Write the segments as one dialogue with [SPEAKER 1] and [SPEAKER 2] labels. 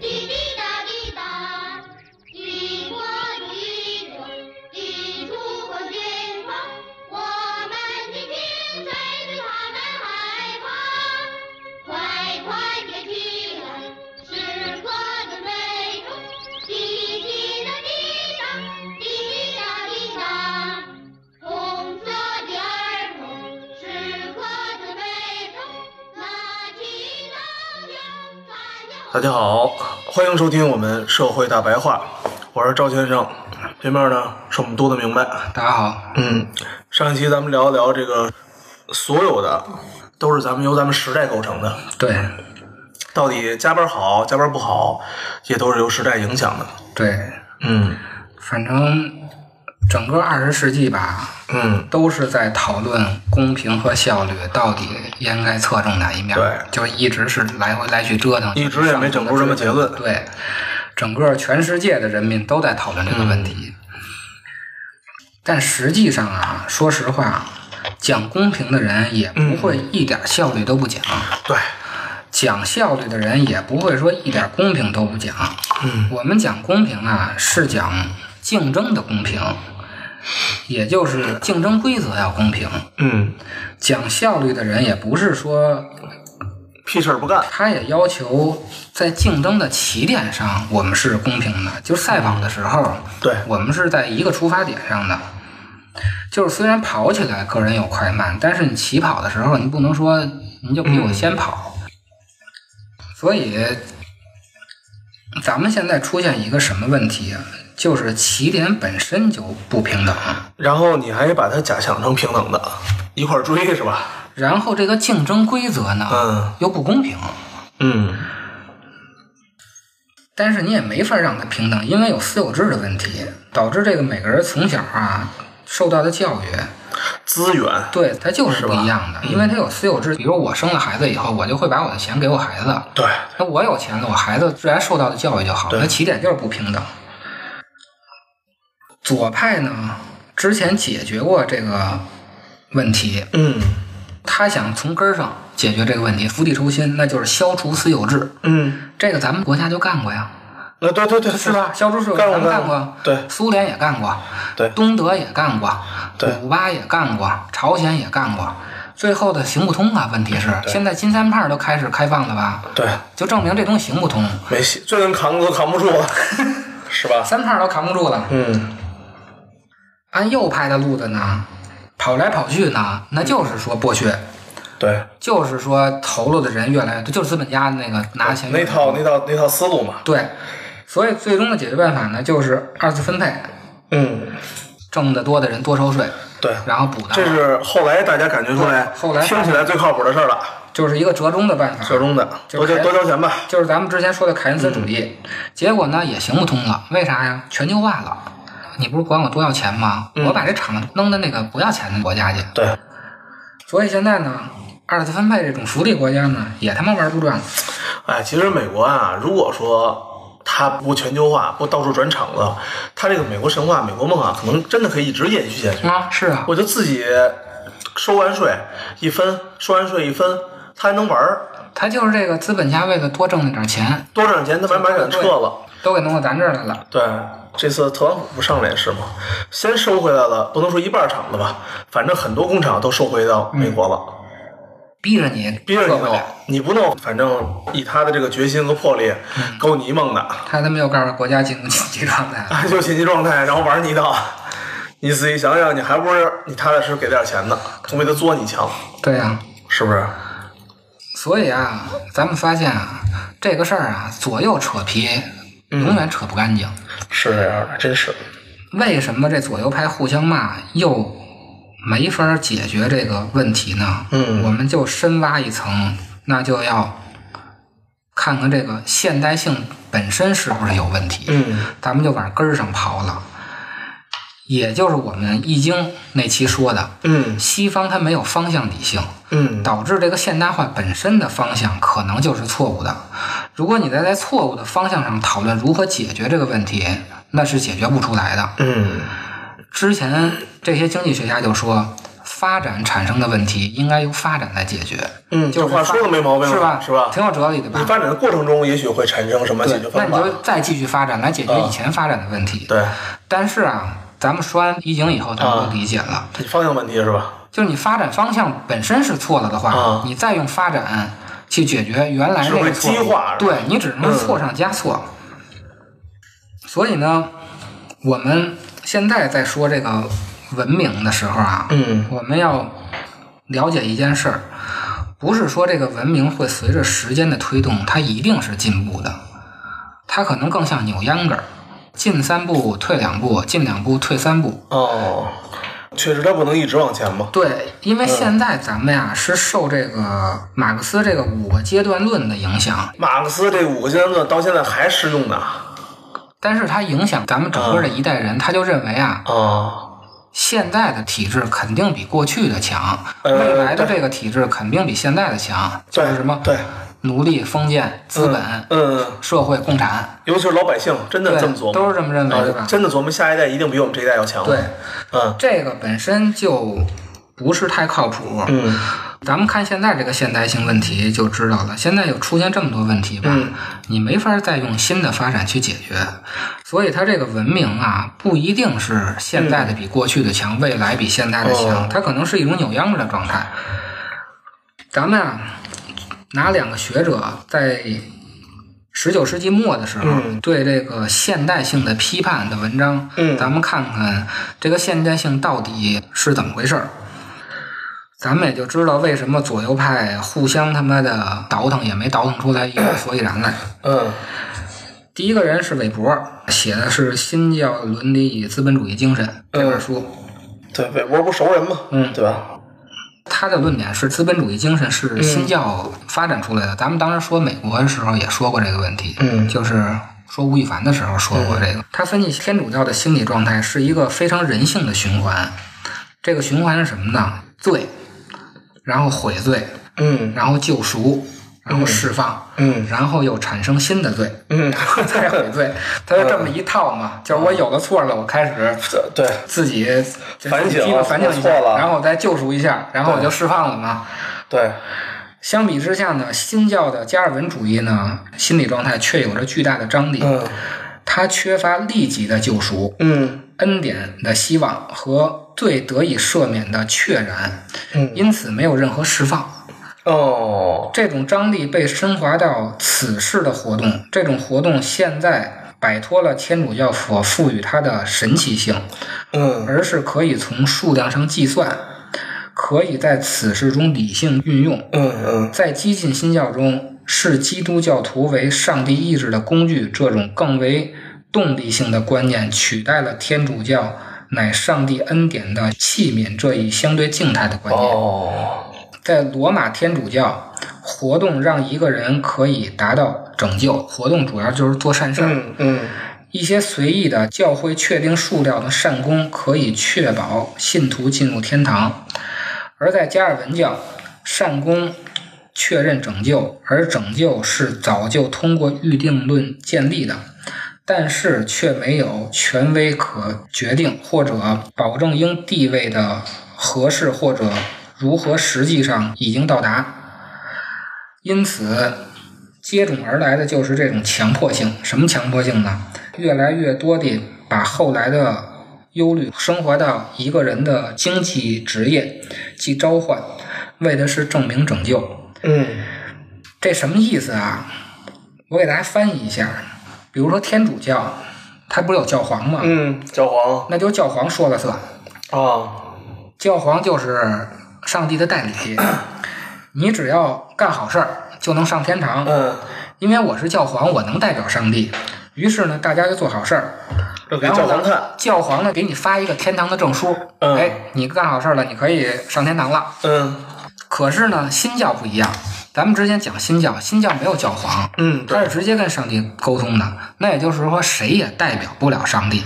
[SPEAKER 1] 滴滴答滴答，一国一流，一祖国军阀，我们的精神使他们害怕。快快别起来，是革命内容。滴滴答滴答，滴滴答滴答，红色的耳朵是革命内容。拿起刀枪，咱要。
[SPEAKER 2] 大家好，欢迎收听我们《社会大白话》，我是赵先生，对面呢是我们度的明白。
[SPEAKER 3] 大家好，
[SPEAKER 2] 嗯，上一期咱们聊一聊这个，所有的都是咱们由咱们时代构成的，
[SPEAKER 3] 对
[SPEAKER 2] 到底加班好，加班不好，也都是由时代影响的。
[SPEAKER 3] 对，
[SPEAKER 2] 嗯
[SPEAKER 3] 反正整个二十世纪吧，
[SPEAKER 2] 嗯，
[SPEAKER 3] 都是在讨论公平和效率到底应该侧重哪一面，
[SPEAKER 2] 对
[SPEAKER 3] 就一直是来回来去折腾，
[SPEAKER 2] 一直也没整出什么结论。
[SPEAKER 3] 对，整个全世界的人民都在讨论这个问题，
[SPEAKER 2] 嗯
[SPEAKER 3] 但实际上啊，说实话，讲公平的人也
[SPEAKER 2] 嗯
[SPEAKER 3] 不会一点效率都不讲。
[SPEAKER 2] 对，
[SPEAKER 3] 讲效率的人也不会说一点公平都不讲。
[SPEAKER 2] 嗯，
[SPEAKER 3] 我们讲公平啊，是讲竞争的公平，也就是竞争规则要公平。
[SPEAKER 2] 嗯，
[SPEAKER 3] 讲效率的人也不是说
[SPEAKER 2] 屁事儿不干。
[SPEAKER 3] 他也要求在竞争的起点上我们是公平的，就是赛跑的时候，
[SPEAKER 2] 对
[SPEAKER 3] 我们是在一个出发点上的。就是虽然跑起来个人有快慢，但是你起跑的时候，你不能说你就比我先跑。所以，咱们现在出现一个什么问题啊？就是起点本身就不平等，
[SPEAKER 2] 然后你还把它假想成平等的，一块儿追是吧？
[SPEAKER 3] 然后这个竞争规则呢、
[SPEAKER 2] 嗯
[SPEAKER 3] 又不公平。
[SPEAKER 2] 嗯，
[SPEAKER 3] 但是你也没法让他平等，因为有私有制的问题，导致这个每个人从小啊受到的教育，
[SPEAKER 2] 资源。
[SPEAKER 3] 对他就是不一样的，因为他有私有制。比如我生了孩子以后，我就会把我的钱给我孩子，
[SPEAKER 2] 对，
[SPEAKER 3] 那我有钱了，我孩子自然受到的教育就好，
[SPEAKER 2] 对
[SPEAKER 3] 那起点就是不平等。左派呢，之前解决过这个问题，
[SPEAKER 2] 嗯
[SPEAKER 3] 他想从根儿上解决这个问题，釜底抽薪，那就是消除私有制。
[SPEAKER 2] 嗯，
[SPEAKER 3] 这个咱们国家就干过呀，
[SPEAKER 2] 那对对对，
[SPEAKER 3] 是吧？消除税
[SPEAKER 2] 干
[SPEAKER 3] 咱
[SPEAKER 2] 过
[SPEAKER 3] 们干
[SPEAKER 2] 过
[SPEAKER 3] 过，
[SPEAKER 2] 对
[SPEAKER 3] 苏联也干过，
[SPEAKER 2] 对
[SPEAKER 3] 东德也干过，
[SPEAKER 2] 对
[SPEAKER 3] 古巴也干过，朝鲜也干过，最后的行不通啊！问题是，现在金三胖都开始开放了吧？
[SPEAKER 2] 对，
[SPEAKER 3] 就证明这东西行不通，
[SPEAKER 2] 没戏，最能扛的都扛不住了， 是吧？
[SPEAKER 3] 三胖都扛不住了。
[SPEAKER 2] 嗯
[SPEAKER 3] 按右派的路子呢，跑来跑去呢，那就是说剥削，，
[SPEAKER 2] 对，
[SPEAKER 3] 就是说投入的人越来越多，就是资本家那个拿钱
[SPEAKER 2] 那套那套那套思路嘛。
[SPEAKER 3] 对，所以最终的解决办法呢，就是二次分配，
[SPEAKER 2] 嗯，
[SPEAKER 3] 挣得多的人多收税，
[SPEAKER 2] 对，
[SPEAKER 3] 然后补到
[SPEAKER 2] 这是后来大家感觉出来，
[SPEAKER 3] 对后来
[SPEAKER 2] 听起来最靠谱的事儿了，
[SPEAKER 3] 就是一个折中的办法，
[SPEAKER 2] 最终的
[SPEAKER 3] 就
[SPEAKER 2] 多
[SPEAKER 3] 是
[SPEAKER 2] 交
[SPEAKER 3] 还
[SPEAKER 2] 多交钱吧。
[SPEAKER 3] 就是咱们之前说的凯恩斯主义，
[SPEAKER 2] 嗯
[SPEAKER 3] 结果呢也行不通了，为啥呀？全球化了，你不是管我多要钱吗？
[SPEAKER 2] 嗯
[SPEAKER 3] 我把这厂子弄到那个不要钱的国家去，
[SPEAKER 2] 对，
[SPEAKER 3] 所以现在呢，二次分配这种福利国家呢也他妈玩不转了，
[SPEAKER 2] 哎，其实美国啊，如果说它不全球化，不到处转场子，它这个美国神话、美国梦啊，可能真的可以一直延续下去。
[SPEAKER 3] 啊，是啊，
[SPEAKER 2] 我就自己收完税一分，收完税一分，他还能玩儿，
[SPEAKER 3] 他就是这个资本家为了多挣那点钱，
[SPEAKER 2] 多挣点钱，他把买给撤了。
[SPEAKER 3] 都给弄到咱这儿来了。
[SPEAKER 2] 对，这次特朗普不上来也是吗？先收回来了，不能说一半儿厂子吧，反正很多工厂都收回到美国
[SPEAKER 3] 嗯
[SPEAKER 2] 了。
[SPEAKER 3] 逼着你，
[SPEAKER 2] 逼着你
[SPEAKER 3] 撤回
[SPEAKER 2] 弄
[SPEAKER 3] 来。，
[SPEAKER 2] 你不弄，反正以他的这个决心和魄力，够你一梦的，
[SPEAKER 3] 他他妈又告诉国家进入紧急状态了。
[SPEAKER 2] 就紧急状态，然后玩你一道。你自己想想，你还不是你踏踏实实给点钱呢，总比他作你强，
[SPEAKER 3] 对呀、
[SPEAKER 2] 是不是？
[SPEAKER 3] 所以啊，咱们发现啊，这个事儿啊，左右扯皮，
[SPEAKER 2] 嗯
[SPEAKER 3] 永远扯不干净。
[SPEAKER 2] 是这样的，真是。嗯
[SPEAKER 3] 为什么这左右派互相骂又没法解决这个问题呢？
[SPEAKER 2] 嗯
[SPEAKER 3] 我们就深挖一层，那就要看看这个现代性本身是不是有问题。
[SPEAKER 2] 嗯
[SPEAKER 3] 咱们就往根儿上刨了，也就是我们《易经》那期说的，
[SPEAKER 2] 嗯
[SPEAKER 3] 西方它没有方向理性，
[SPEAKER 2] 嗯，
[SPEAKER 3] 导致这个现代化本身的方向可能就是错误的。如果你在在错误的方向上讨论如何解决这个问题，那是解决不出来的。
[SPEAKER 2] 嗯
[SPEAKER 3] 之前这些经济学家就说，发展产生的问题应该由发展来解决。
[SPEAKER 2] 嗯，
[SPEAKER 3] 就
[SPEAKER 2] 这
[SPEAKER 3] 是
[SPEAKER 2] 话
[SPEAKER 3] 发
[SPEAKER 2] 说的没毛病，
[SPEAKER 3] 是吧？
[SPEAKER 2] 是吧？
[SPEAKER 3] 挺有哲理的
[SPEAKER 2] 你
[SPEAKER 3] 吧？
[SPEAKER 2] 发展的过程中，也许会产生什么解
[SPEAKER 3] 对
[SPEAKER 2] 决，
[SPEAKER 3] 那
[SPEAKER 2] 方
[SPEAKER 3] 你
[SPEAKER 2] 法？
[SPEAKER 3] 就再继续发展来解决
[SPEAKER 2] 啊
[SPEAKER 3] 以前发展的问题。
[SPEAKER 2] 对，
[SPEAKER 3] 但是啊，咱们说完一景以后，大家
[SPEAKER 2] 啊
[SPEAKER 3] 都理解了。
[SPEAKER 2] 你方向问题是吧？
[SPEAKER 3] 就是你发展方向本身是错了的话，
[SPEAKER 2] 啊
[SPEAKER 3] 你再用发展去解决原来这
[SPEAKER 2] 只会
[SPEAKER 3] 个错误
[SPEAKER 2] 激化是吧嗯
[SPEAKER 3] 对你只能错上加错。所以呢，我们现在在说这个文明的时候啊，
[SPEAKER 2] 嗯
[SPEAKER 3] 我们要了解一件事儿，不是说这个文明会随着时间的推动，它一定是进步的，它可能更像扭秧歌儿，进三步退两步，进两步退三步。
[SPEAKER 2] 哦，确实，它不能一直往前嘛。
[SPEAKER 3] 对，因为现在咱们呀、是受这个马克思这个五个阶段论的影响，
[SPEAKER 2] 马克思这五个阶段论到现在还适用呢。
[SPEAKER 3] 但是它影响咱们整个的一代人，他就认为啊，
[SPEAKER 2] 哦，
[SPEAKER 3] 现在的体制肯定比过去的强，
[SPEAKER 2] 呃
[SPEAKER 3] 未来的这个体制肯定比现在的强，就
[SPEAKER 2] 对
[SPEAKER 3] 是什么
[SPEAKER 2] 对，
[SPEAKER 3] 奴隶、封建、资本、
[SPEAKER 2] 嗯，
[SPEAKER 3] 社会、共产，
[SPEAKER 2] 尤其是老百姓，真的
[SPEAKER 3] 对
[SPEAKER 2] 这么琢磨，
[SPEAKER 3] 都是这么认为
[SPEAKER 2] 啊
[SPEAKER 3] 的吧
[SPEAKER 2] 真的琢磨，下一代一定比我们这一代要强。
[SPEAKER 3] 对，
[SPEAKER 2] 嗯
[SPEAKER 3] 这个本身就不是太靠谱。
[SPEAKER 2] 嗯
[SPEAKER 3] 咱们看现在这个现代性问题就知道了，现在有出现这么多问题吧，
[SPEAKER 2] 嗯
[SPEAKER 3] 你没法再用新的发展去解决，所以它这个文明啊，不一定是现在的比过去的强，未来比现在的强，
[SPEAKER 2] 哦
[SPEAKER 3] 它可能是一种扭秧歌的状态。咱们啊，拿两个学者在十九世纪末的时候、
[SPEAKER 2] 嗯
[SPEAKER 3] 对这个现代性的批判的文章，
[SPEAKER 2] 嗯
[SPEAKER 3] 咱们看看这个现代性到底是怎么回事儿。咱们也就知道为什么左右派互相他妈的倒腾也没倒腾出来一个所以然来。
[SPEAKER 2] 嗯
[SPEAKER 3] 第一个人是韦伯，写的是《新教伦理与资本主义精神》这本书，
[SPEAKER 2] 对，韦伯不熟人嘛，
[SPEAKER 3] 嗯
[SPEAKER 2] 对吧？
[SPEAKER 3] 他的论点是资本主义精神是新教发展出来的。咱们当时说美国的时候也说过这个问题，
[SPEAKER 2] 嗯
[SPEAKER 3] 就是说吴亦凡的时候说过这个。他分析天主教的心理状态是一个非常人性的循环，这个循环是什么呢？罪，然后悔罪，
[SPEAKER 2] 嗯
[SPEAKER 3] 然后救赎，然后释放，
[SPEAKER 2] 嗯
[SPEAKER 3] 然后又产生新的罪，
[SPEAKER 2] 嗯，
[SPEAKER 3] 再悔 罪，他
[SPEAKER 2] 呃
[SPEAKER 3] 就这么一套嘛。就是我有了错了，我开始
[SPEAKER 2] 这对，
[SPEAKER 3] 自己
[SPEAKER 2] 反省啊
[SPEAKER 3] 自己反省一下
[SPEAKER 2] 我错了，
[SPEAKER 3] 然后我再救赎一下，然后我就释放了嘛。
[SPEAKER 2] 对，
[SPEAKER 3] 相比之下呢，新教的加尔文主义呢，心理状态却有着巨大的张力，
[SPEAKER 2] 嗯
[SPEAKER 3] 它缺乏立即的救赎、
[SPEAKER 2] 嗯
[SPEAKER 3] 恩典的希望和最得以赦免的确然，
[SPEAKER 2] 嗯，
[SPEAKER 3] 因此没有任何释放。
[SPEAKER 2] 哦，
[SPEAKER 3] 这种张力被升华到此式的活动，这种活动现在摆脱了天主教所赋予它的神奇性，
[SPEAKER 2] 嗯
[SPEAKER 3] 而是可以从数量上计算，可以在此事中理性运用。
[SPEAKER 2] 嗯嗯，
[SPEAKER 3] 在激进新教中，视基督教徒为上帝意志的工具，这种更为动力性的观念取代了天主教乃上帝恩典的器皿这一相对静态的观念。
[SPEAKER 2] 哦，
[SPEAKER 3] 在罗马天主教，活动让一个人可以达到拯救。活动主要就是做善事儿。
[SPEAKER 2] 嗯嗯
[SPEAKER 3] 一些随意的教会确定数量的善功，可以确保信徒进入天堂；而在加尔文教，善功确认拯救，而拯救是早就通过预定论建立的，但是却没有权威可决定或者保证应地位的合适或者如何实际上已经到达。因此，接踵而来的就是这种强迫性。什么强迫性呢？越来越多地把后来的忧虑升华到一个人的经济职业，即召唤，为的是证明拯救。
[SPEAKER 2] 嗯
[SPEAKER 3] 这什么意思啊？我给大家翻译一下。比如说天主教，它不是有教皇吗？
[SPEAKER 2] 嗯，教皇
[SPEAKER 3] 那就是教皇说了算。
[SPEAKER 2] 啊，
[SPEAKER 3] 教皇就是上帝的代理，你只要干好事儿就能上天堂。
[SPEAKER 2] 嗯，
[SPEAKER 3] 因为我是教皇，我能代表上帝。于是呢，大家就做好事儿，
[SPEAKER 2] 这给
[SPEAKER 3] 然
[SPEAKER 2] 教
[SPEAKER 3] 后
[SPEAKER 2] 皇看
[SPEAKER 3] 呢，，教皇呢给你发一个天堂的证书，
[SPEAKER 2] 嗯
[SPEAKER 3] 哎，你干好事儿了，你可以上天堂了。
[SPEAKER 2] 嗯
[SPEAKER 3] 可是呢，新教不一样，咱们之前讲新教，新教没有教皇，
[SPEAKER 2] 嗯，
[SPEAKER 3] 他
[SPEAKER 2] 对
[SPEAKER 3] 是，直接跟上帝沟通的，那也就是说，谁也代表不了上帝。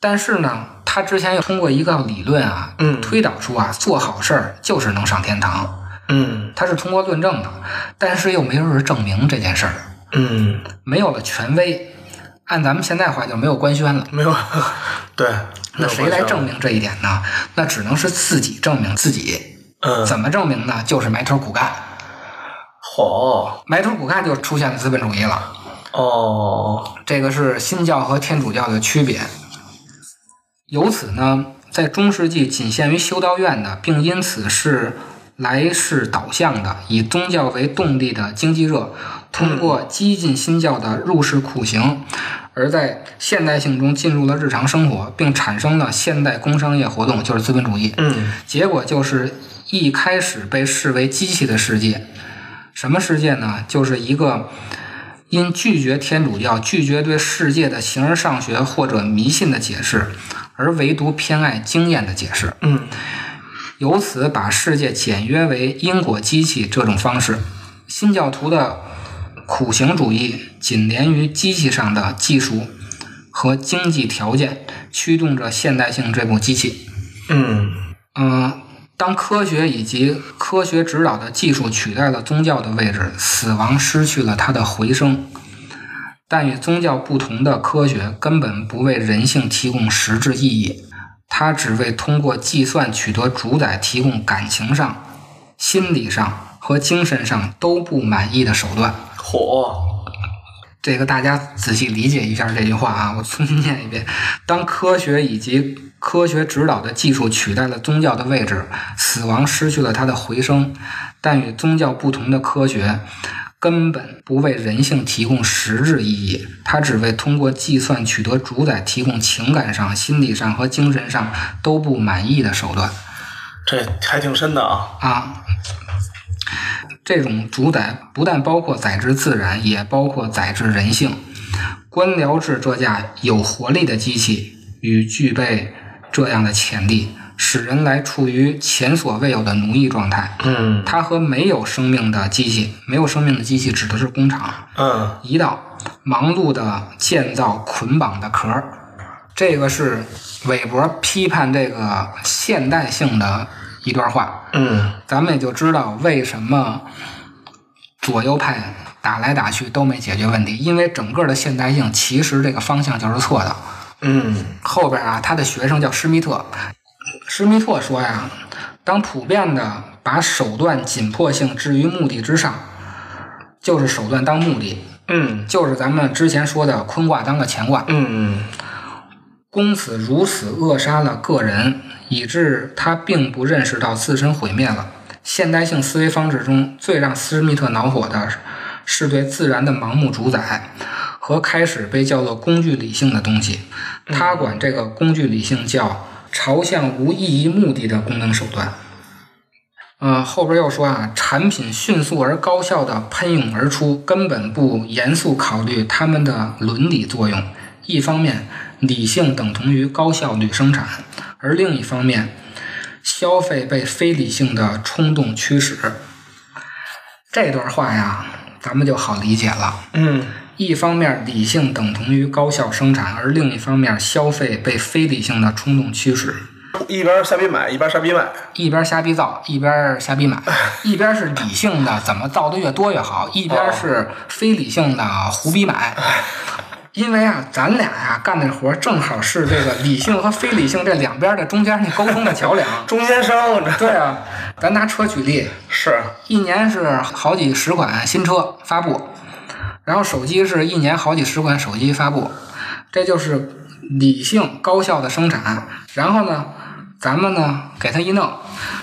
[SPEAKER 3] 但是呢，他之前又通过一个理论啊，
[SPEAKER 2] 嗯
[SPEAKER 3] 推导出啊，做好事儿就是能上天堂，
[SPEAKER 2] 嗯
[SPEAKER 3] 他是通过论证的，但是又没有人证明这件事儿。
[SPEAKER 2] 嗯，
[SPEAKER 3] 没有了权威，按咱们现在话就没有官宣了。
[SPEAKER 2] 没有， 对，
[SPEAKER 3] 那谁来证
[SPEAKER 2] 明？
[SPEAKER 3] 明这一点呢？那只能是自己证明自己。
[SPEAKER 2] 嗯，
[SPEAKER 3] 怎么证明呢？就是埋头苦干，
[SPEAKER 2] 嚯，
[SPEAKER 3] 埋头苦干就出现了资本主义了。
[SPEAKER 2] 哦，
[SPEAKER 3] 这个是新教和天主教的区别。由此呢，在中世纪仅限于修道院的，并因此是来世导向的，以宗教为动力的经济热，通过激进新教的入世酷刑，而在现代性中进入了日常生活，并产生了现代工商业活动，就是资本主义。
[SPEAKER 2] 嗯，
[SPEAKER 3] 结果就是一开始被视为机器的世界。什么世界呢？就是一个因拒绝天主教、拒绝对世界的形而上学或者迷信的解释，而唯独偏爱经验的解释。
[SPEAKER 2] 嗯，
[SPEAKER 3] 由此把世界简约为因果机器这种方式。新教徒的苦行主义仅连于机器上的技术和经济条件，驱动着现代性这部机器。
[SPEAKER 2] 嗯，
[SPEAKER 3] 嗯，当科学以及科学指导的技术取代了宗教的位置，死亡失去了它的回声。但与宗教不同的科学根本不为人性提供实质意义，它只为通过计算取得主宰提供感情上、心理上和精神上都不满意的手段。
[SPEAKER 2] 嚯，
[SPEAKER 3] 这个大家仔细理解一下这句话啊，我重新念一遍：当科学以及科学指导的技术取代了宗教的位置，死亡失去了它的回声。但与宗教不同的科学，根本不为人性提供实质意义，它只为通过计算取得主宰提供情感上、心理上和精神上都不满意的手段。
[SPEAKER 2] 这还挺深的啊。
[SPEAKER 3] 啊。这种主宰不但包括宰制自然，也包括宰制人性。官僚制这架有活力的机器，与具备这样的潜力，使人来处于前所未有的奴役状态。
[SPEAKER 2] 嗯
[SPEAKER 3] 它和没有生命的机器，没有生命的机器指的是工厂，
[SPEAKER 2] 嗯，
[SPEAKER 3] 一道忙碌的建造捆绑的壳儿。这个是韦伯批判这个现代性的一段话。
[SPEAKER 2] 嗯，
[SPEAKER 3] 咱们也就知道为什么左右派打来打去都没解决问题，因为整个的现代性其实这个方向就是错的。
[SPEAKER 2] 嗯，
[SPEAKER 3] 后边啊，他的学生叫施密特，施密特说呀，当普遍的把手段紧迫性置于目的之上，就是手段当目的，
[SPEAKER 2] 嗯，
[SPEAKER 3] 就是咱们之前说的坤卦当了乾卦。
[SPEAKER 2] 嗯，
[SPEAKER 3] 公子如此扼杀了个人，以致他并不认识到自身毁灭了。现代性思维方式中最让斯密特恼火的是对自然的盲目主宰和开始被叫做工具理性的东西。他管这个工具理性叫朝向无意义目的的功能手段。呃，后边又说啊，产品迅速而高效地喷涌而出，根本不严肃考虑它们的伦理作用。一方面，理性等同于高效率生产；而另一方面，消费被非理性的冲动驱使。这段话呀，咱们就好理解了。
[SPEAKER 2] 嗯，
[SPEAKER 3] 一方面理性等同于高效生产，而另一方面消费被非理性的冲动驱使。
[SPEAKER 2] 一边瞎逼买，一边瞎逼卖。。
[SPEAKER 3] 一边瞎逼造，一边瞎逼买，一边是理性的，怎么造的越多越好；一边是非理性的，胡逼买。因为啊，咱俩呀、干的活儿正好是这个理性和非理性这两边儿的中间儿那沟通的桥梁
[SPEAKER 2] 中间商，这
[SPEAKER 3] 对啊，咱拿车举例，
[SPEAKER 2] 是，
[SPEAKER 3] 一年是好几十款新车发布，然后手机是一年好几十款手机发布，这就是理性高效的生产。然后呢，咱们呢给它一弄，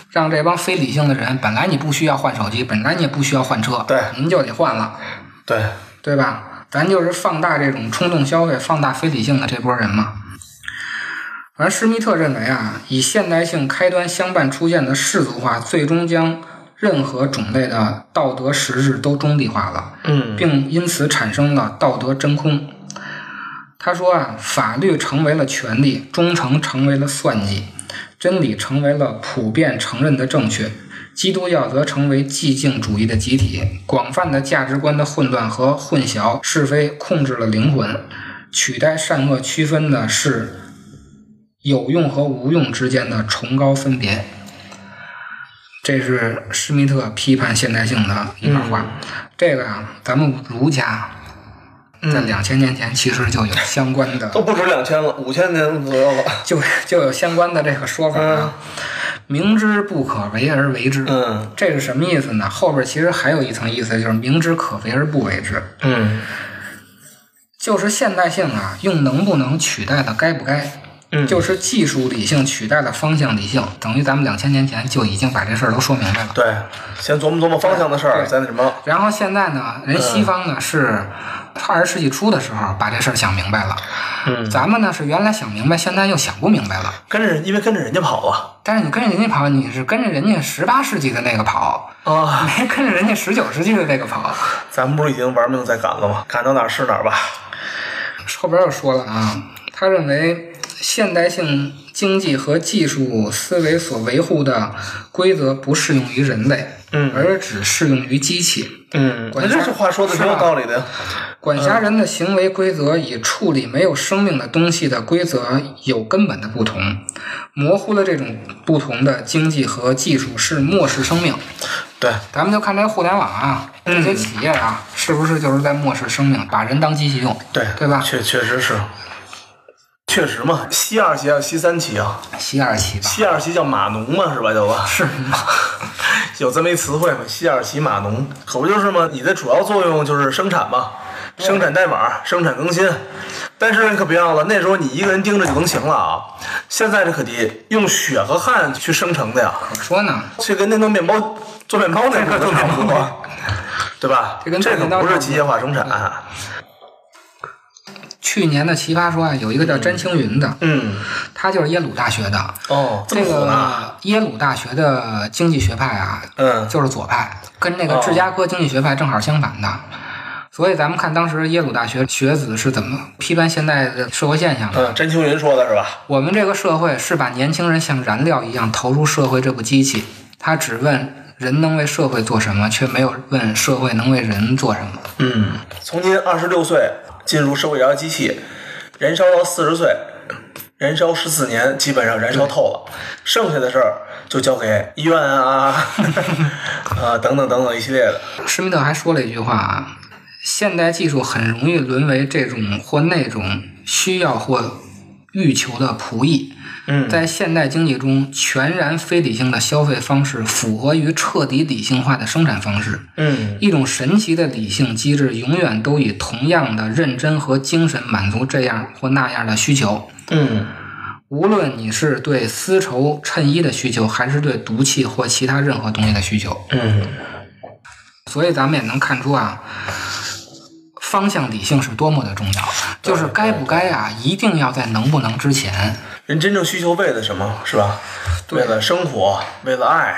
[SPEAKER 3] 让这帮非理性的人，本来你不需要换手机，本来你也不需要换车，
[SPEAKER 2] 对
[SPEAKER 3] 您就得换了，
[SPEAKER 2] 对，
[SPEAKER 3] 对吧？咱就是放大这种冲动消费、放大非理性的这波人嘛。而施密特认为啊，以现代性开端相伴出现的世俗化，最终将任何种类的道德实质都中立化了，
[SPEAKER 2] 嗯，
[SPEAKER 3] 并因此产生了道德真空。他说啊，法律成为了权利，忠诚成为了算计，真理成为了普遍承认的正确，基督教则成为寂静主义的集体。广泛的价值观的混乱和混淆，是非控制了灵魂，取代善恶区分的是有用和无用之间的崇高分别。这
[SPEAKER 2] 嗯
[SPEAKER 3] 是施密特批判现代性的一段话。这个啊，咱们儒家在两千年前其实就有相关的
[SPEAKER 2] 嗯都不止两千了，五千年左右了。
[SPEAKER 3] 就就有相关的这个说法啊，明知不可为而为之，
[SPEAKER 2] 嗯
[SPEAKER 3] 这是什么意思呢？后边其实还有一层意思，就是明知可为而不为之，
[SPEAKER 2] 嗯
[SPEAKER 3] 就是现代性啊，用能不能取代了该不该，
[SPEAKER 2] 嗯
[SPEAKER 3] 就是技术理性取代了方向理性，等于咱们两千年前就已经把这事儿都说明白了。
[SPEAKER 2] 对，先琢磨琢磨方向的事儿，
[SPEAKER 3] 对
[SPEAKER 2] 再那什么。
[SPEAKER 3] 然后现在呢，人西方呢是二十世纪初的时候把这事儿想明白了，咱们呢是原来想明白，现在又想不明白了。
[SPEAKER 2] 跟着人，因为跟着人家跑啊
[SPEAKER 3] 但是你跟着人家跑，你是跟着人家十八世纪的那个跑，
[SPEAKER 2] 啊！
[SPEAKER 3] 没跟着人家十九世纪的那个跑。
[SPEAKER 2] 咱们不是已经玩命在赶了吗？赶到哪儿是哪儿吧。
[SPEAKER 3] 后边又说了啊，他认为现代性经济和技术思维所维护的规则不适用于人类，
[SPEAKER 2] 嗯
[SPEAKER 3] 而只适用于机器。
[SPEAKER 2] 嗯那
[SPEAKER 3] 管
[SPEAKER 2] 这
[SPEAKER 3] 辖
[SPEAKER 2] 这话说的
[SPEAKER 3] 是
[SPEAKER 2] 挺有
[SPEAKER 3] 吧
[SPEAKER 2] 道理的呀。
[SPEAKER 3] 管辖
[SPEAKER 2] 嗯
[SPEAKER 3] 人的行为规则与处理没有生命的东西的规则有根本的不同，模糊了这种不同的经济和技术是漠视生命。
[SPEAKER 2] 对，
[SPEAKER 3] 咱们就看这互联网啊，这
[SPEAKER 2] 嗯
[SPEAKER 3] 些企业啊，是不是就是在漠视生命，把人当机器用？
[SPEAKER 2] 对
[SPEAKER 3] 对吧？
[SPEAKER 2] 确确实是，确实嘛。西二旗啊，西三旗啊，
[SPEAKER 3] 西二旗吧，
[SPEAKER 2] 西二旗叫码农嘛，是吧？叫吧，
[SPEAKER 3] 是吗？
[SPEAKER 2] 有这么一词汇嘛，西二旗码农，可不就是嘛？你的主要作用就是生产嘛，生产代码，生产更新。但是你可别忘了，那时候你一个人盯着就能行了啊，现在这可得用血和汗去生成的呀，
[SPEAKER 3] 怎么说呢？
[SPEAKER 2] 这跟那弄面包做面包那个做差 不多，啊对吧？
[SPEAKER 3] 这跟做
[SPEAKER 2] 这可
[SPEAKER 3] 面包
[SPEAKER 2] 不
[SPEAKER 3] 差
[SPEAKER 2] 是
[SPEAKER 3] 不
[SPEAKER 2] 机
[SPEAKER 3] 多
[SPEAKER 2] 械化生产，啊
[SPEAKER 3] 去年的《奇葩说》啊，有一个叫詹青云的，
[SPEAKER 2] 嗯，
[SPEAKER 3] 他就是耶鲁大学的。
[SPEAKER 2] 哦，这
[SPEAKER 3] 这
[SPEAKER 2] 么火呢，
[SPEAKER 3] 个耶鲁大学的经济学派啊，
[SPEAKER 2] 嗯哦
[SPEAKER 3] 就是左派，跟那个芝加哥经济学派正好相反的。所以咱们看当时耶鲁大学学子是怎么批判现代的社会现象的。
[SPEAKER 2] 嗯，詹青云说的是吧？
[SPEAKER 3] 我们这个社会是把年轻人像燃料一样投入社会这部机器，他只问人能为社会做什么，却没有问社会能为人做什么。
[SPEAKER 2] 嗯，从您二十六岁进入社会摇机器，燃烧到四十岁，燃烧十四年，基本上燃烧透了，
[SPEAKER 3] 嗯
[SPEAKER 2] 剩下的事儿就交给医院 啊，啊等等等等一系列的。
[SPEAKER 3] 施密特还说了一句话啊：现代技术很容易沦为这种或那种需要或欲求的仆役。
[SPEAKER 2] 嗯
[SPEAKER 3] 在现代经济中，全然非理性的消费方式符合于彻底理性化的生产方式。
[SPEAKER 2] 嗯
[SPEAKER 3] 一种神奇的理性机制，永远都以同样的认真和精神满足这样或那样的需求。
[SPEAKER 2] 嗯
[SPEAKER 3] 无论你是对丝绸衬衣的需求，还是对毒气或其他任何东西的需求，
[SPEAKER 2] 嗯，
[SPEAKER 3] 所以咱们也能看出啊，方向理性是多么的重要。就是该不该啊，一定要在能不能之前。
[SPEAKER 2] 人真正需求为了什么是吧？为了生活，为了爱，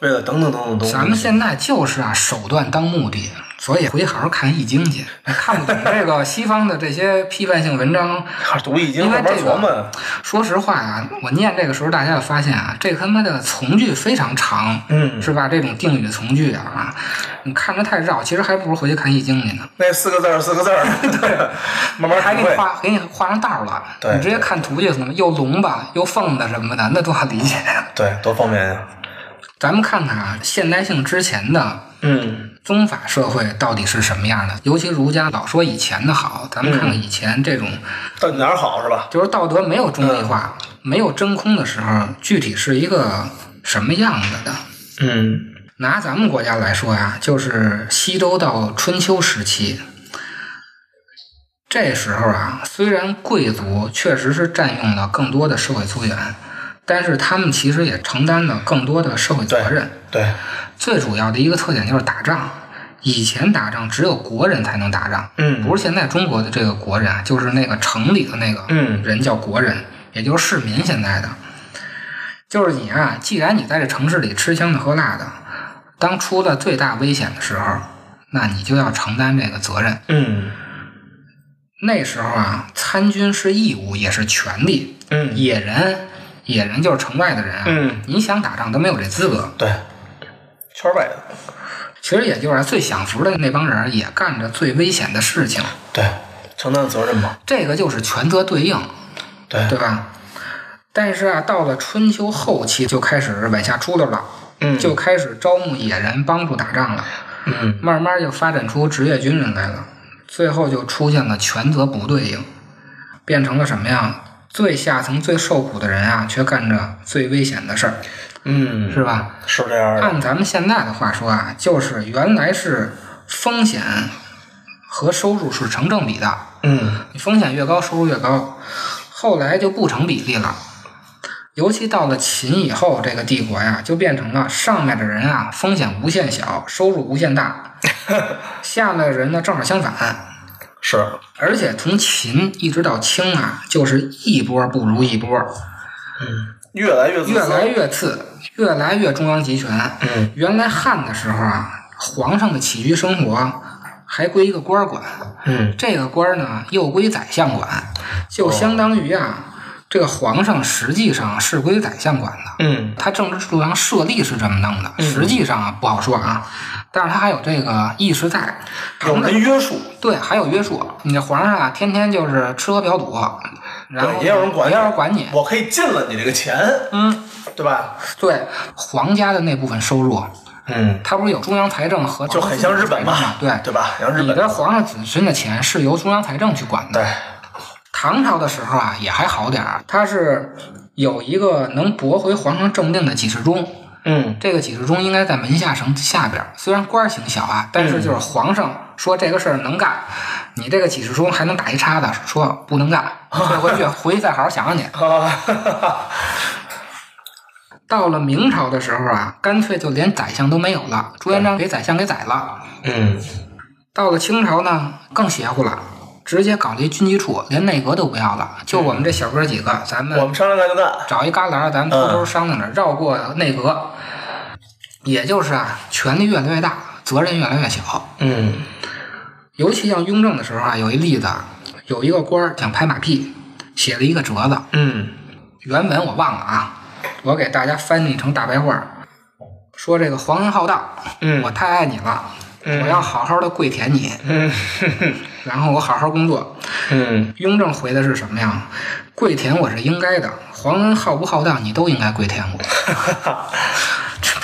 [SPEAKER 2] 为了等等等等东西。
[SPEAKER 3] 咱们现在就是啊，手段当目的，所以回去好好看《易经》去。看不懂这个西方的这些批判性文章，
[SPEAKER 2] 还是读易啊经，
[SPEAKER 3] 因为
[SPEAKER 2] 慢慢
[SPEAKER 3] 这
[SPEAKER 2] 琢
[SPEAKER 3] 个
[SPEAKER 2] 磨。
[SPEAKER 3] 说实话啊，我念这个时候，大家就发现啊，这他妈的从句非常长，
[SPEAKER 2] 嗯
[SPEAKER 3] 是吧？这种定语从句啊，你看着太绕，其实还不如回去看《易经》去呢。
[SPEAKER 2] 那四个字儿，四个字 儿， 慢慢
[SPEAKER 3] 哎还给
[SPEAKER 2] 体会。
[SPEAKER 3] 你画给你画上道儿了，
[SPEAKER 2] 对
[SPEAKER 3] 你直接看图就行了。又龙吧，又凤的什么的，那多好理解呀！
[SPEAKER 2] 对，多方便呀。
[SPEAKER 3] 咱们看看啊，现代性之前的
[SPEAKER 2] 嗯
[SPEAKER 3] 宗法社会到底是什么样的？尤其儒家老说以前的好，咱们看
[SPEAKER 2] 嗯
[SPEAKER 3] 看以前这种、，
[SPEAKER 2] 到底哪儿好是吧？
[SPEAKER 3] 就是道德没有中立化、
[SPEAKER 2] 嗯
[SPEAKER 3] 没有真空的时候，具体是一个什么样子的？
[SPEAKER 2] 嗯
[SPEAKER 3] 拿咱们国家来说呀，就是西周到春秋时期，这时候啊，虽然贵族确实是占用了更多的社会资源，但是他们其实也承担了更多的社会责任。
[SPEAKER 2] 对，
[SPEAKER 3] 最主要的一个特点就是打仗。以前打仗只有国人才能打仗，
[SPEAKER 2] 嗯
[SPEAKER 3] 不是现在中国的这个国人啊，就是那个城里的那个
[SPEAKER 2] 嗯
[SPEAKER 3] 人叫国人，也就是市民。现在的，就是你啊，既然你在这城市里吃香的喝辣的，当出了最大危险的时候，那你就要承担这个责任。
[SPEAKER 2] 嗯
[SPEAKER 3] 那时候啊，参军是义务，也是权利。
[SPEAKER 2] 嗯
[SPEAKER 3] 野人，野人就是城外的人啊，
[SPEAKER 2] 嗯
[SPEAKER 3] 你想打仗都没有这资格。
[SPEAKER 2] 对，圈外的，
[SPEAKER 3] 其实也就是啊最享福的那帮人啊也干着最危险的事情，
[SPEAKER 2] 对，承担责任嘛，
[SPEAKER 3] 这个就是权责对应，
[SPEAKER 2] 对，
[SPEAKER 3] 对吧？但是啊，到了春秋后期就开始往下出溜了，
[SPEAKER 2] 嗯
[SPEAKER 3] 就开始招募野人帮助打仗了，
[SPEAKER 2] 嗯
[SPEAKER 3] 慢慢就发展出职业军人来了。最后就出现了权责不对应，变成了什么呀？最下层、最受苦的人啊，却干着最危险的事儿，
[SPEAKER 2] 嗯，
[SPEAKER 3] 是吧？
[SPEAKER 2] 是这样的，
[SPEAKER 3] 按咱们现在的话说啊，就是原来是风险和收入是成正比的，
[SPEAKER 2] 嗯
[SPEAKER 3] 你风险越高，收入越高，后来就不成比例了。尤其到了秦以后，这个帝国呀，就变成了上面的人啊，风险无限小，收入无限大；下面的人呢，正好相反。
[SPEAKER 2] 是，
[SPEAKER 3] 而且从秦一直到清啊，就是一波不如一波，
[SPEAKER 2] 越来嗯越自私
[SPEAKER 3] 越来越次，越来越中央集权。
[SPEAKER 2] 嗯
[SPEAKER 3] 原来汉的时候啊，皇上的起居生活还归一个官儿管，
[SPEAKER 2] 嗯
[SPEAKER 3] 这个官儿呢又归宰相管，
[SPEAKER 2] 哦
[SPEAKER 3] 就相当于啊，这个皇上实际上是归宰相管的。
[SPEAKER 2] 嗯
[SPEAKER 3] 他政治制度上设立是这么弄的，实际上啊不好说啊，但是他还有这个意识在，
[SPEAKER 2] 有人约束，
[SPEAKER 3] 对，还有约束。你这皇上啊，天天就是吃喝嫖赌，然后
[SPEAKER 2] 对，也有人管你，
[SPEAKER 3] 也有人管你。
[SPEAKER 2] 我可以进了你这个钱，
[SPEAKER 3] 嗯，
[SPEAKER 2] 对吧？
[SPEAKER 3] 对，皇家的那部分收入，啊
[SPEAKER 2] 嗯，
[SPEAKER 3] 他不是有中央财政和
[SPEAKER 2] 就很像日本嘛，
[SPEAKER 3] 对
[SPEAKER 2] 对吧？像日
[SPEAKER 3] 你
[SPEAKER 2] 本
[SPEAKER 3] 的皇上子孙的钱是由中央财政去管的
[SPEAKER 2] 对。，
[SPEAKER 3] 唐朝的时候啊，也还好点儿，它是有一个能驳回皇上政令的几十中，
[SPEAKER 2] 嗯
[SPEAKER 3] 这个几十中应该在门下省下边儿。虽然官儿挺小啊，但是就是皇上说这个事儿能干，你这个几十中还能打一叉子，说不能干，退回去，回去再好好想想去。
[SPEAKER 2] 啊，哈哈
[SPEAKER 3] 到了明朝的时候啊，干脆就连宰相都没有了，朱元璋给宰相给宰了。
[SPEAKER 2] 嗯
[SPEAKER 3] 到了清朝呢，更邪乎了，直接搞了一军机处，连内阁都不要了，就我们这小哥几个，咱们
[SPEAKER 2] 我们商量干就干，
[SPEAKER 3] 找一旮旯儿，咱们偷偷商量着绕过内阁。也就是啊，权力越来越大，责任越来越小。
[SPEAKER 2] 嗯
[SPEAKER 3] 尤其像雍正的时候啊，有一例子，有一个官儿想拍马屁，写了一个折子，
[SPEAKER 2] 嗯
[SPEAKER 3] 原文我忘了啊，我给大家翻译成大白话儿，说这个皇恩浩荡，
[SPEAKER 2] 嗯
[SPEAKER 3] 我太爱你了，我要好好的跪舔你，
[SPEAKER 2] 嗯
[SPEAKER 3] 然后我好好工作。
[SPEAKER 2] 嗯
[SPEAKER 3] 雍正回的是什么呀？跪舔我是应该的，皇恩浩不浩荡，你都应该跪舔我。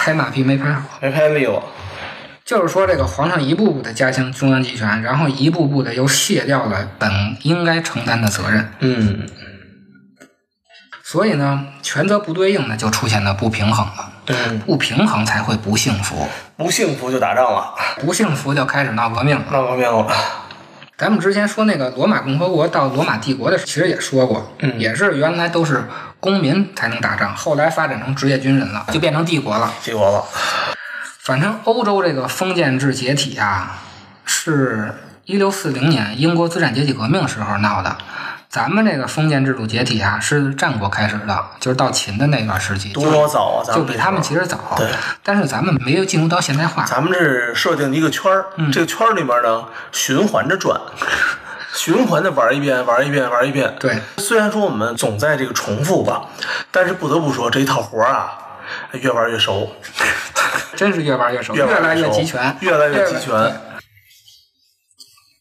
[SPEAKER 3] 拍马屁没拍好，
[SPEAKER 2] 没拍利落，
[SPEAKER 3] 就是说这个皇上一步步的加强中央集权，然后一步步的又卸掉了本应该承担的责任，
[SPEAKER 2] 嗯
[SPEAKER 3] 所以呢，权责不对应呢，就出现了不平衡了。
[SPEAKER 2] 嗯，
[SPEAKER 3] 不平衡才会不幸福，
[SPEAKER 2] 不幸福就打仗了，
[SPEAKER 3] 不幸福就开始闹革命了。
[SPEAKER 2] 闹革命了，
[SPEAKER 3] 咱们之前说那个罗马共和国到罗马帝国的时候，其实也说过，
[SPEAKER 2] 嗯
[SPEAKER 3] 也是原来都是公民才能打仗，后来发展成职业军人了，就变成帝国了。
[SPEAKER 2] 结果了，
[SPEAKER 3] 反正欧洲这个封建制解体啊，是一六四零年英国资产阶级革命时候闹的。咱们这个封建制度解体啊，是战国开始的，就是到秦的那段时期，
[SPEAKER 2] 多早啊，咱
[SPEAKER 3] 就
[SPEAKER 2] 们
[SPEAKER 3] 比他们
[SPEAKER 2] 这
[SPEAKER 3] 其
[SPEAKER 2] 时候
[SPEAKER 3] 实早
[SPEAKER 2] 对。
[SPEAKER 3] 但是咱们没有进入到现代化，
[SPEAKER 2] 咱们这设定一个圈儿，这个圈儿里面呢循环着 转，循环的玩一遍，玩一遍，玩一遍，
[SPEAKER 3] 对，
[SPEAKER 2] 虽然说我们总在这个重复吧，但是不得不说这一套活儿啊，越玩越熟，
[SPEAKER 3] 真是越玩越熟，
[SPEAKER 2] 越玩
[SPEAKER 3] 来越
[SPEAKER 2] 熟
[SPEAKER 3] 集权，
[SPEAKER 2] 越来越集权。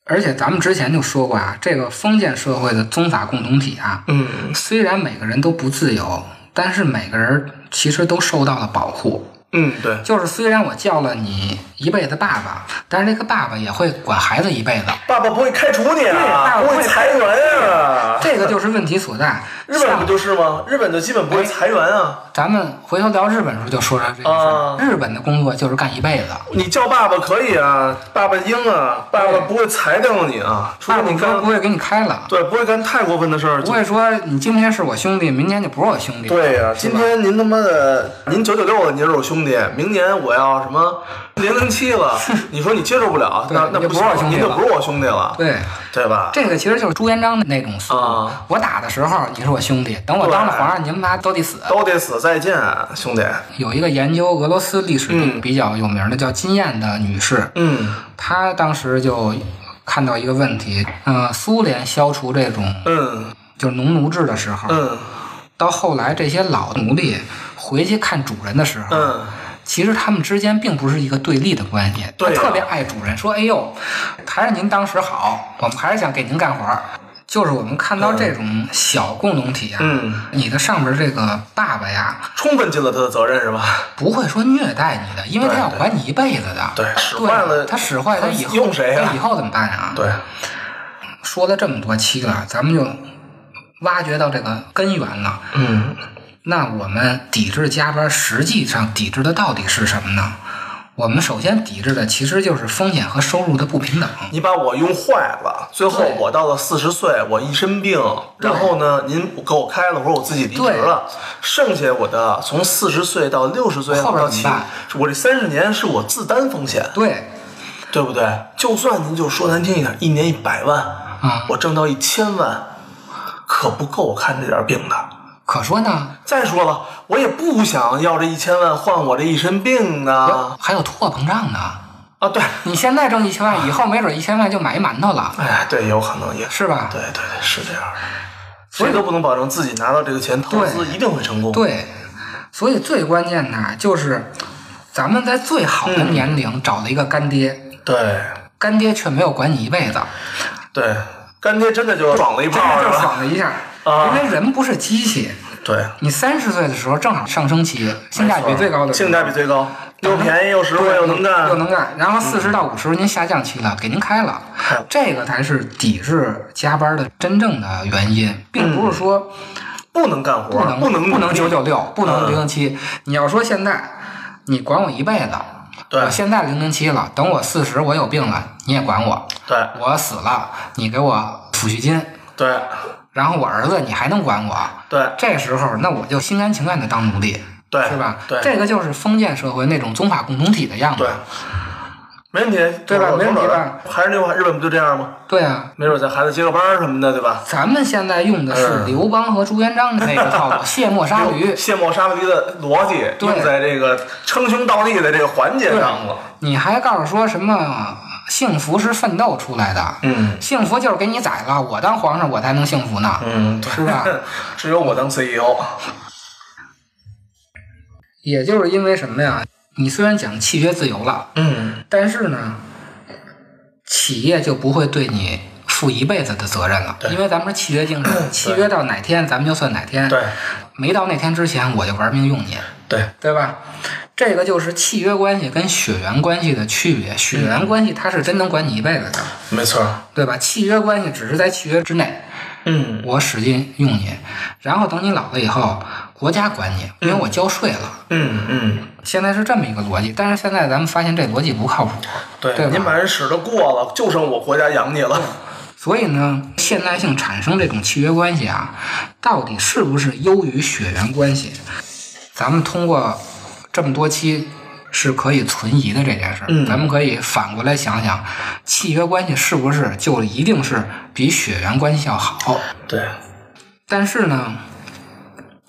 [SPEAKER 3] 而且咱们之前就说过啊，这个封建社会的宗法共同体啊，
[SPEAKER 2] 嗯
[SPEAKER 3] 虽然每个人都不自由，但是每个人其实都受到了保护。
[SPEAKER 2] 嗯，对，
[SPEAKER 3] 就是虽然我叫了你一辈子爸爸，但是这个爸爸也会管孩子一辈子，
[SPEAKER 2] 爸爸不会开除你
[SPEAKER 3] 爸
[SPEAKER 2] 啊，
[SPEAKER 3] 爸
[SPEAKER 2] 不
[SPEAKER 3] 不会
[SPEAKER 2] 会裁员啊。
[SPEAKER 3] 这个就是问题所在。
[SPEAKER 2] 日本不
[SPEAKER 3] 像
[SPEAKER 2] 就是吗？日本就基本不会裁员啊。
[SPEAKER 3] 咱们回头聊日本的时候就说说这个事儿
[SPEAKER 2] 啊，
[SPEAKER 3] 日本的工作就是干一辈子。
[SPEAKER 2] 你叫爸爸可以啊，爸爸应啊，爸爸不会裁掉你啊，除
[SPEAKER 3] 爸
[SPEAKER 2] 非
[SPEAKER 3] 爸
[SPEAKER 2] 你
[SPEAKER 3] 说不
[SPEAKER 2] 干
[SPEAKER 3] 会给你开了，
[SPEAKER 2] 对，不会干太过分的事儿
[SPEAKER 3] 不。会说你今天是我兄弟，明天就不是我兄弟。
[SPEAKER 2] 对呀、
[SPEAKER 3] 是
[SPEAKER 2] 今
[SPEAKER 3] 吧
[SPEAKER 2] 天您他妈的，您九九六了，您是我兄弟，明年我要什么零零七 了，你说你接受不了，
[SPEAKER 3] 对
[SPEAKER 2] 那那
[SPEAKER 3] 你就
[SPEAKER 2] 不行
[SPEAKER 3] 不是我兄弟
[SPEAKER 2] 您就
[SPEAKER 3] 了
[SPEAKER 2] 不是我兄弟了，
[SPEAKER 3] 对。
[SPEAKER 2] 对吧？
[SPEAKER 3] 这个其实就是朱元璋的那种思路。
[SPEAKER 2] 啊
[SPEAKER 3] 我打的时候你是我兄弟，等我当了皇上，你们妈都得死。
[SPEAKER 2] 都得死，再见，兄弟。
[SPEAKER 3] 有一个研究俄罗斯历史
[SPEAKER 2] 嗯
[SPEAKER 3] 比较有名的叫金燕的女士，
[SPEAKER 2] 嗯
[SPEAKER 3] 她当时就看到一个问题，嗯、苏联消除这种
[SPEAKER 2] 嗯
[SPEAKER 3] 就是农奴制的时候，
[SPEAKER 2] 嗯
[SPEAKER 3] 到后来这些老奴隶回去看主人的时候，
[SPEAKER 2] 嗯，
[SPEAKER 3] 其实他们之间并不是一个对立的关系，
[SPEAKER 2] 对啊
[SPEAKER 3] 他特别爱主人，说：“哎呦，还是您当时好，我们还是想给您干活儿。”就是我们看到这种小共同体啊，
[SPEAKER 2] 嗯
[SPEAKER 3] 你的上边这个爸爸呀，
[SPEAKER 2] 充分尽了他的责任是吧？
[SPEAKER 3] 不会说虐待你的，因为他要还你一辈子的。啊
[SPEAKER 2] 对使坏了
[SPEAKER 3] 他使坏，
[SPEAKER 2] 他
[SPEAKER 3] 他以后
[SPEAKER 2] 用谁啊
[SPEAKER 3] 他以后怎么办呀？
[SPEAKER 2] 对，
[SPEAKER 3] 说了这么多期了，咱们就挖掘到这个根源了。
[SPEAKER 2] 嗯，
[SPEAKER 3] 那我们抵制加班，实际上抵制的到底是什么呢？我们首先抵制的其实就是风险和收入的不平等。
[SPEAKER 2] 你把我用坏了，最后
[SPEAKER 3] 对
[SPEAKER 2] 我到了四十岁，我一身病，
[SPEAKER 3] 对
[SPEAKER 2] 然后呢，您给我开了，或者我自己离职了，剩下我的从四十岁到六十岁
[SPEAKER 3] 后边
[SPEAKER 2] 到
[SPEAKER 3] 怎
[SPEAKER 2] 七
[SPEAKER 3] 么办，
[SPEAKER 2] 我这三十年是我自担风险，
[SPEAKER 3] 对，
[SPEAKER 2] 对不对？就算您就说难听一点，一年一百万，
[SPEAKER 3] 嗯
[SPEAKER 2] 啊我挣到一千万，可不够我看这点病的。
[SPEAKER 3] 可说呢，
[SPEAKER 2] 再说了，我也不想要这一千万换我这一身病啊！
[SPEAKER 3] 还有通货膨胀呢。
[SPEAKER 2] 啊，对，
[SPEAKER 3] 你现在挣一千万，以后没准一千万就买一馒头了，
[SPEAKER 2] 哎，对，有可能也是，
[SPEAKER 3] 是吧？
[SPEAKER 2] 对对对，是这样的。谁都不能保证自己拿到这个钱投资一定会成功。，
[SPEAKER 3] 对，所以最关键的就是咱们在最好
[SPEAKER 2] 嗯
[SPEAKER 3] 的年龄找了一个干爹，
[SPEAKER 2] 对
[SPEAKER 3] 干爹却没有管你一辈子，
[SPEAKER 2] 对，干爹真的就爽了一
[SPEAKER 3] 真的
[SPEAKER 2] 炮是
[SPEAKER 3] 就
[SPEAKER 2] 吧？
[SPEAKER 3] 爽了一下，
[SPEAKER 2] 啊
[SPEAKER 3] 因为人不是机器。
[SPEAKER 2] 对，
[SPEAKER 3] 你三十岁的时候正好上升期，性价比最高的时候，
[SPEAKER 2] 性价比最高，又
[SPEAKER 3] 能
[SPEAKER 2] 便宜又实惠
[SPEAKER 3] 对
[SPEAKER 2] 又能干，嗯
[SPEAKER 3] 又能干。然后四十到五十您下降期了，给您开了，
[SPEAKER 2] 哎
[SPEAKER 3] 这个才是抵制加班的真正的原因，并不是说
[SPEAKER 2] 不能干活，
[SPEAKER 3] 不
[SPEAKER 2] 嗯
[SPEAKER 3] 能
[SPEAKER 2] 不能
[SPEAKER 3] 不能九九六，不能
[SPEAKER 2] 嗯
[SPEAKER 3] 零零七。你要说现在你管我一辈子，
[SPEAKER 2] 对
[SPEAKER 3] 我现在零零七了，等我四十我有病了，你也管我，
[SPEAKER 2] 对
[SPEAKER 3] 我死了你给我抚恤金，
[SPEAKER 2] 对
[SPEAKER 3] 然后我儿子你还能管我？
[SPEAKER 2] 对
[SPEAKER 3] 这时候，那我就心甘情愿的当奴隶，
[SPEAKER 2] 对
[SPEAKER 3] 是吧？
[SPEAKER 2] 对
[SPEAKER 3] 这个就是封建社会那种宗法共同体的样子。
[SPEAKER 2] 对，没问题，
[SPEAKER 3] 对吧
[SPEAKER 2] 妥妥
[SPEAKER 3] 没问题吧
[SPEAKER 2] 妥妥的还是那句话，日本不就这样吗？
[SPEAKER 3] 对啊，
[SPEAKER 2] 没准咱孩子接个班儿什么的，对吧？
[SPEAKER 3] 咱们现在用的是
[SPEAKER 2] 嗯
[SPEAKER 3] 刘邦和朱元璋的那个套 路，卸磨杀驴。
[SPEAKER 2] 卸磨杀驴的逻辑
[SPEAKER 3] 对
[SPEAKER 2] 用在这个称兄道弟的这个环节
[SPEAKER 3] 对
[SPEAKER 2] 上了。，
[SPEAKER 3] 你还告诉说什么幸福是奋斗出来的？
[SPEAKER 2] 嗯
[SPEAKER 3] 幸福就是给你宰了，我当皇上我才能幸福呢，
[SPEAKER 2] 嗯，对，
[SPEAKER 3] 是吧？
[SPEAKER 2] 只有我当 E CEO。
[SPEAKER 3] 也就是因为什么呀？你虽然讲契约自由了，
[SPEAKER 2] 嗯，
[SPEAKER 3] 但是呢，企业就不会对你负一辈子的责任了，
[SPEAKER 2] 对
[SPEAKER 3] 因为咱们是契约精神，契约到哪天咱们就算哪天，
[SPEAKER 2] 对
[SPEAKER 3] 没到那天之前我就玩命用你，
[SPEAKER 2] 对
[SPEAKER 3] 对吧？这个就是契约关系跟血缘关系的区
[SPEAKER 2] 嗯
[SPEAKER 3] 别，血缘关系它是真能管你一辈子的，
[SPEAKER 2] 没错儿。
[SPEAKER 3] 对吧？契约关系只是在契约之内，
[SPEAKER 2] 嗯
[SPEAKER 3] 我使劲用你，然后等你老了以后，国家管你，因为我交税了。
[SPEAKER 2] 嗯嗯，
[SPEAKER 3] 现在是这么一个逻辑，但是现在咱们发现这逻辑不靠谱，
[SPEAKER 2] 对，
[SPEAKER 3] 对吧嗯
[SPEAKER 2] 您把人使的过了，就剩我国家养你了。
[SPEAKER 3] 所以呢，现代性产生这种契约关系啊，到底是不是优于血缘关系？咱们通过这么多期是可以存疑的这件事儿，
[SPEAKER 2] 嗯
[SPEAKER 3] 咱们可以反过来想想，契约关系是不是就一定是比血缘关系要好？
[SPEAKER 2] 对，
[SPEAKER 3] 但是呢，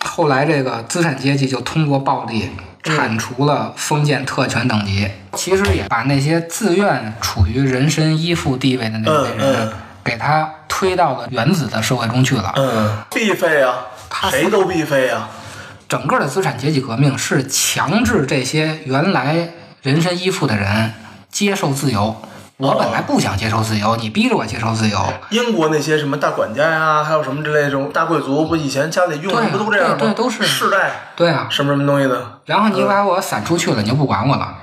[SPEAKER 3] 后来这个资产阶级就通过暴力
[SPEAKER 2] 嗯
[SPEAKER 3] 铲除了封建特权等级，其实也把那些自愿处于人身依附地位的那些
[SPEAKER 2] 嗯
[SPEAKER 3] 人
[SPEAKER 2] 嗯，
[SPEAKER 3] 给他推到了原子的社会中去了。
[SPEAKER 2] 嗯，必费啊，
[SPEAKER 3] 他
[SPEAKER 2] 谁都必费啊。
[SPEAKER 3] 整个的资产阶级革命是强制这些原来人身依附的人接受自由。我
[SPEAKER 2] 哦
[SPEAKER 3] 本来不想接受自由，你逼着我接受自由。
[SPEAKER 2] 英国那些什么大管家呀、还有什么之类这种大贵族，不以前家里用
[SPEAKER 3] 对
[SPEAKER 2] 的
[SPEAKER 3] 啊
[SPEAKER 2] 不都这样吗？
[SPEAKER 3] 对对都是
[SPEAKER 2] 世代
[SPEAKER 3] 对啊，
[SPEAKER 2] 什么什么东西的，
[SPEAKER 3] 然后你把我散出去了，你就不管我了。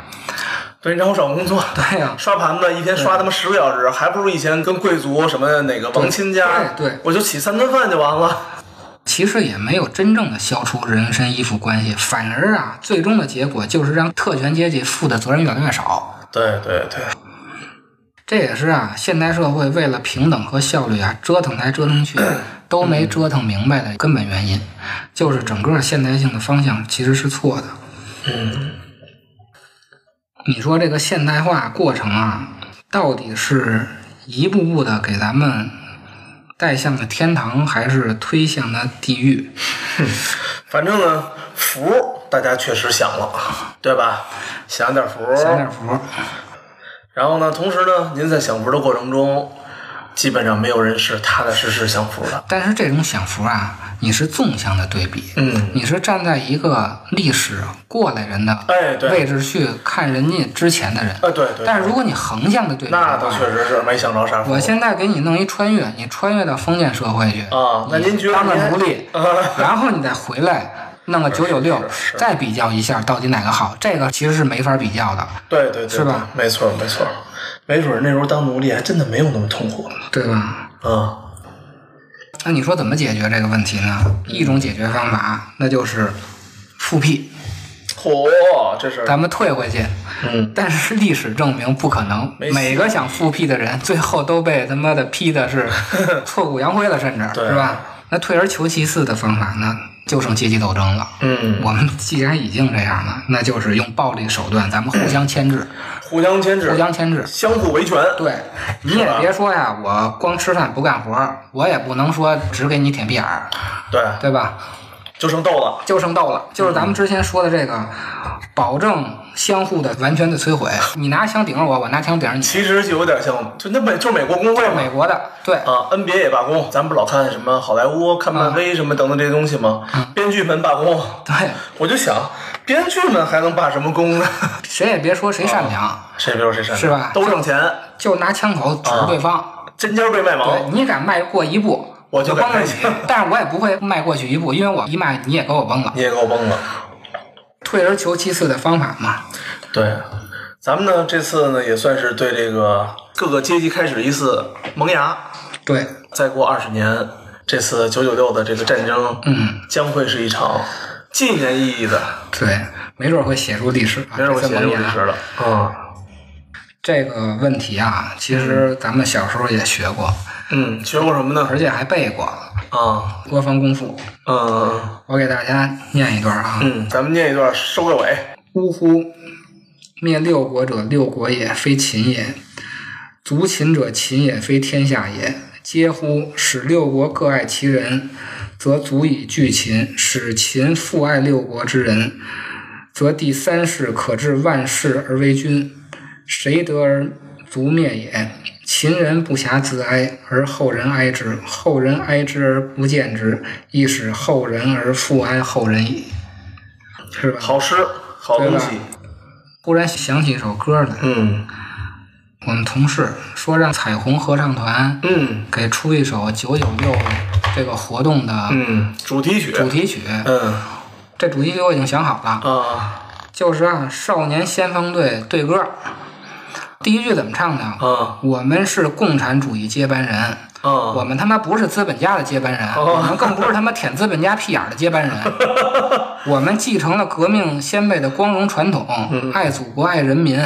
[SPEAKER 2] 对，让我找工作。
[SPEAKER 3] 对呀、
[SPEAKER 2] 刷盘子一天刷他妈十个小时，还不如以前跟贵族什么哪个王亲家，
[SPEAKER 3] 对对
[SPEAKER 2] 我就起三顿饭就完了。
[SPEAKER 3] 其实也没有真正的消除人身依附关系，反而啊，最终的结果就是让特权阶级负的责任越来越少。
[SPEAKER 2] 对对对，
[SPEAKER 3] 这也是啊，现代社会为了平等和效率啊，折腾来折腾去都没折腾明白的根本原因，就是整个现代性的方向其实是错的。
[SPEAKER 2] 嗯，
[SPEAKER 3] 你说这个现代化过程啊，到底是一步步的给咱们带向了天堂，还是推向了地狱？
[SPEAKER 2] 反正呢，福大家确实享了，啊对吧？享点福，
[SPEAKER 3] 享点福。
[SPEAKER 2] 然后呢，同时呢，您在享福的过程中，基本上没有人是踏踏实实享福的。
[SPEAKER 3] 但是这种享福啊，你是纵向的对比，
[SPEAKER 2] 嗯，
[SPEAKER 3] 你是站在一个历史过来人的
[SPEAKER 2] 哎，对，
[SPEAKER 3] 位置去看人家之前的人。
[SPEAKER 2] 啊，对对，
[SPEAKER 3] 但是如果你横向的对比的
[SPEAKER 2] 那倒
[SPEAKER 3] 话，
[SPEAKER 2] 确实是没享着啥福。
[SPEAKER 3] 我现在给你弄一穿越，你穿越到封建社会去，
[SPEAKER 2] 啊，那您觉得
[SPEAKER 3] 当个
[SPEAKER 2] 您
[SPEAKER 3] 奴隶，
[SPEAKER 2] 啊
[SPEAKER 3] 然后你再回来弄个九九六
[SPEAKER 2] 是是，
[SPEAKER 3] 再比较一下到底哪个好，这个其实是没法比较的，
[SPEAKER 2] 对对对，
[SPEAKER 3] 是吧
[SPEAKER 2] 对？没错没错，没准儿那时候当奴隶还真的没有那么痛苦
[SPEAKER 3] 对吧？
[SPEAKER 2] 啊。
[SPEAKER 3] 那你说怎么解决这个问题呢？一种解决方法，那就是复辟，
[SPEAKER 2] 嚯，这是
[SPEAKER 3] 咱们退回去。
[SPEAKER 2] 嗯，
[SPEAKER 3] 但是历史证明不可能，
[SPEAKER 2] 没戏
[SPEAKER 3] 每个想复辟的人，最后都被他妈的批 的是挫骨扬灰了，甚至
[SPEAKER 2] 对
[SPEAKER 3] 是吧？那退而求其次的方法呢，就剩阶级斗争了。
[SPEAKER 2] 嗯，
[SPEAKER 3] 我们既然已经这样了，那就是用暴力手段，咱们互相牵制，
[SPEAKER 2] 互相牵制，
[SPEAKER 3] 互相牵制。
[SPEAKER 2] 相互维权。
[SPEAKER 3] 对，你也别说呀，我光吃饭不干活儿，我也不能说只给你舔屁眼儿，
[SPEAKER 2] 对，
[SPEAKER 3] 对吧？
[SPEAKER 2] 就剩斗了。
[SPEAKER 3] 就剩斗了，就
[SPEAKER 2] 嗯
[SPEAKER 3] 是咱们之前说的这个，保证相互的完全的摧毁。你拿枪顶着我，我拿枪顶着你，
[SPEAKER 2] 其实就有点像，就那美就是美国工会
[SPEAKER 3] 美
[SPEAKER 2] 嘛。
[SPEAKER 3] 国的对，
[SPEAKER 2] 啊，NBA 也罢工，咱们不老看什么好莱坞、看
[SPEAKER 3] 嗯
[SPEAKER 2] 漫威什么等等这些东西吗？编剧们罢工，
[SPEAKER 3] 对，
[SPEAKER 2] 我就想，编剧们还能罢什么工呢？
[SPEAKER 3] 谁也别说谁善良，
[SPEAKER 2] 谁别说谁善良，
[SPEAKER 3] 是吧
[SPEAKER 2] 都挣钱，
[SPEAKER 3] 就拿枪口指着对方。
[SPEAKER 2] 针尖儿对麦
[SPEAKER 3] 对
[SPEAKER 2] 芒。
[SPEAKER 3] 你敢迈过一
[SPEAKER 2] 哦
[SPEAKER 3] 步，
[SPEAKER 2] 我就
[SPEAKER 3] 就
[SPEAKER 2] 敢
[SPEAKER 3] 崩了
[SPEAKER 2] 开
[SPEAKER 3] 你
[SPEAKER 2] 枪。
[SPEAKER 3] 但是我也不会迈过去一步，因为我一迈你也给我崩了
[SPEAKER 2] 你。也给我崩了。
[SPEAKER 3] 退而求其次的方法嘛，
[SPEAKER 2] 对，咱们呢这次呢也算是对这个各个阶级开始一次萌芽。
[SPEAKER 3] 对，
[SPEAKER 2] 再过二十年，这次九九六的这个战争，
[SPEAKER 3] 嗯，
[SPEAKER 2] 将会是一场纪念意义的，
[SPEAKER 3] 对，没准会写入历史啊，
[SPEAKER 2] 没准会
[SPEAKER 3] 这
[SPEAKER 2] 写
[SPEAKER 3] 么
[SPEAKER 2] 入
[SPEAKER 3] 念
[SPEAKER 2] 历
[SPEAKER 3] 啊
[SPEAKER 2] 史了。嗯
[SPEAKER 3] 这个问题啊，其实咱们小时候也学过，
[SPEAKER 2] 嗯，学过什么呢？
[SPEAKER 3] 而且还背过
[SPEAKER 2] 啊
[SPEAKER 3] 《国防功夫》。
[SPEAKER 2] 嗯
[SPEAKER 3] 我给大家念一段啊。
[SPEAKER 2] 嗯，咱们念一段收个尾。
[SPEAKER 3] 呜呼！灭六国者，六国也，非秦也；族秦者，秦也，非天下也。嗟乎！使六国各爱其人，则足以拒秦；使秦复爱六国之人，则第三世可治万世而为君。谁得而足灭也？秦人不暇自哀，而后人哀之；后人哀之而不见之，亦使后人而复哀后人矣。是吧？
[SPEAKER 2] 好诗，好东西
[SPEAKER 3] 对。忽然想起一首歌来，
[SPEAKER 2] 嗯
[SPEAKER 3] 我们同事说让彩虹合唱团
[SPEAKER 2] 嗯
[SPEAKER 3] 给出一首九九六这个活动的
[SPEAKER 2] 嗯，主题曲。
[SPEAKER 3] 主题曲。
[SPEAKER 2] 嗯
[SPEAKER 3] 这主题曲我已经想好了，
[SPEAKER 2] 啊
[SPEAKER 3] 就是啊，少年先锋队对歌。第一句怎么唱的？
[SPEAKER 2] 啊
[SPEAKER 3] 我们是共产主义接班人，
[SPEAKER 2] 啊！
[SPEAKER 3] 我们他妈不是资本家的接班人，啊
[SPEAKER 2] 哦
[SPEAKER 3] 我们更不是他妈舔资本家屁眼儿的接 班人。我们继承了革命先辈的光荣传统，
[SPEAKER 2] 嗯
[SPEAKER 3] 爱祖国爱人民。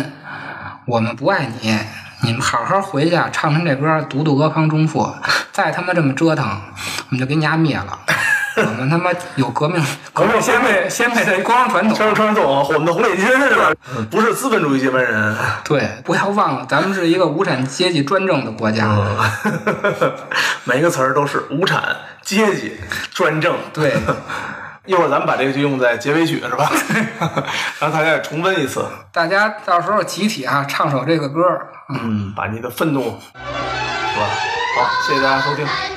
[SPEAKER 3] 我们不爱你，你们好好回去啊唱唱这歌，读读阿房中赋。 再他妈这么折腾，我们就给你家 灭了。我们他妈有革命
[SPEAKER 2] 革
[SPEAKER 3] 革
[SPEAKER 2] 命
[SPEAKER 3] 命
[SPEAKER 2] 先
[SPEAKER 3] 先
[SPEAKER 2] 辈
[SPEAKER 3] 辈先辈的光荣传统。
[SPEAKER 2] 穿穿总，我们的红领巾是吧？不是资本主义接班人。
[SPEAKER 3] 对，不要忘了，咱们是一个无产阶级专政的国家。
[SPEAKER 2] 嗯 每一个词儿都是无产阶级专政。
[SPEAKER 3] 对，
[SPEAKER 2] 一会儿咱们把这个就用在结尾曲是 吧？然后大家也重温一次，
[SPEAKER 3] 大家到时候集体啊唱首这个歌儿。
[SPEAKER 2] 嗯，把你的愤怒，是吧？好，谢谢大家收听。
[SPEAKER 1] 三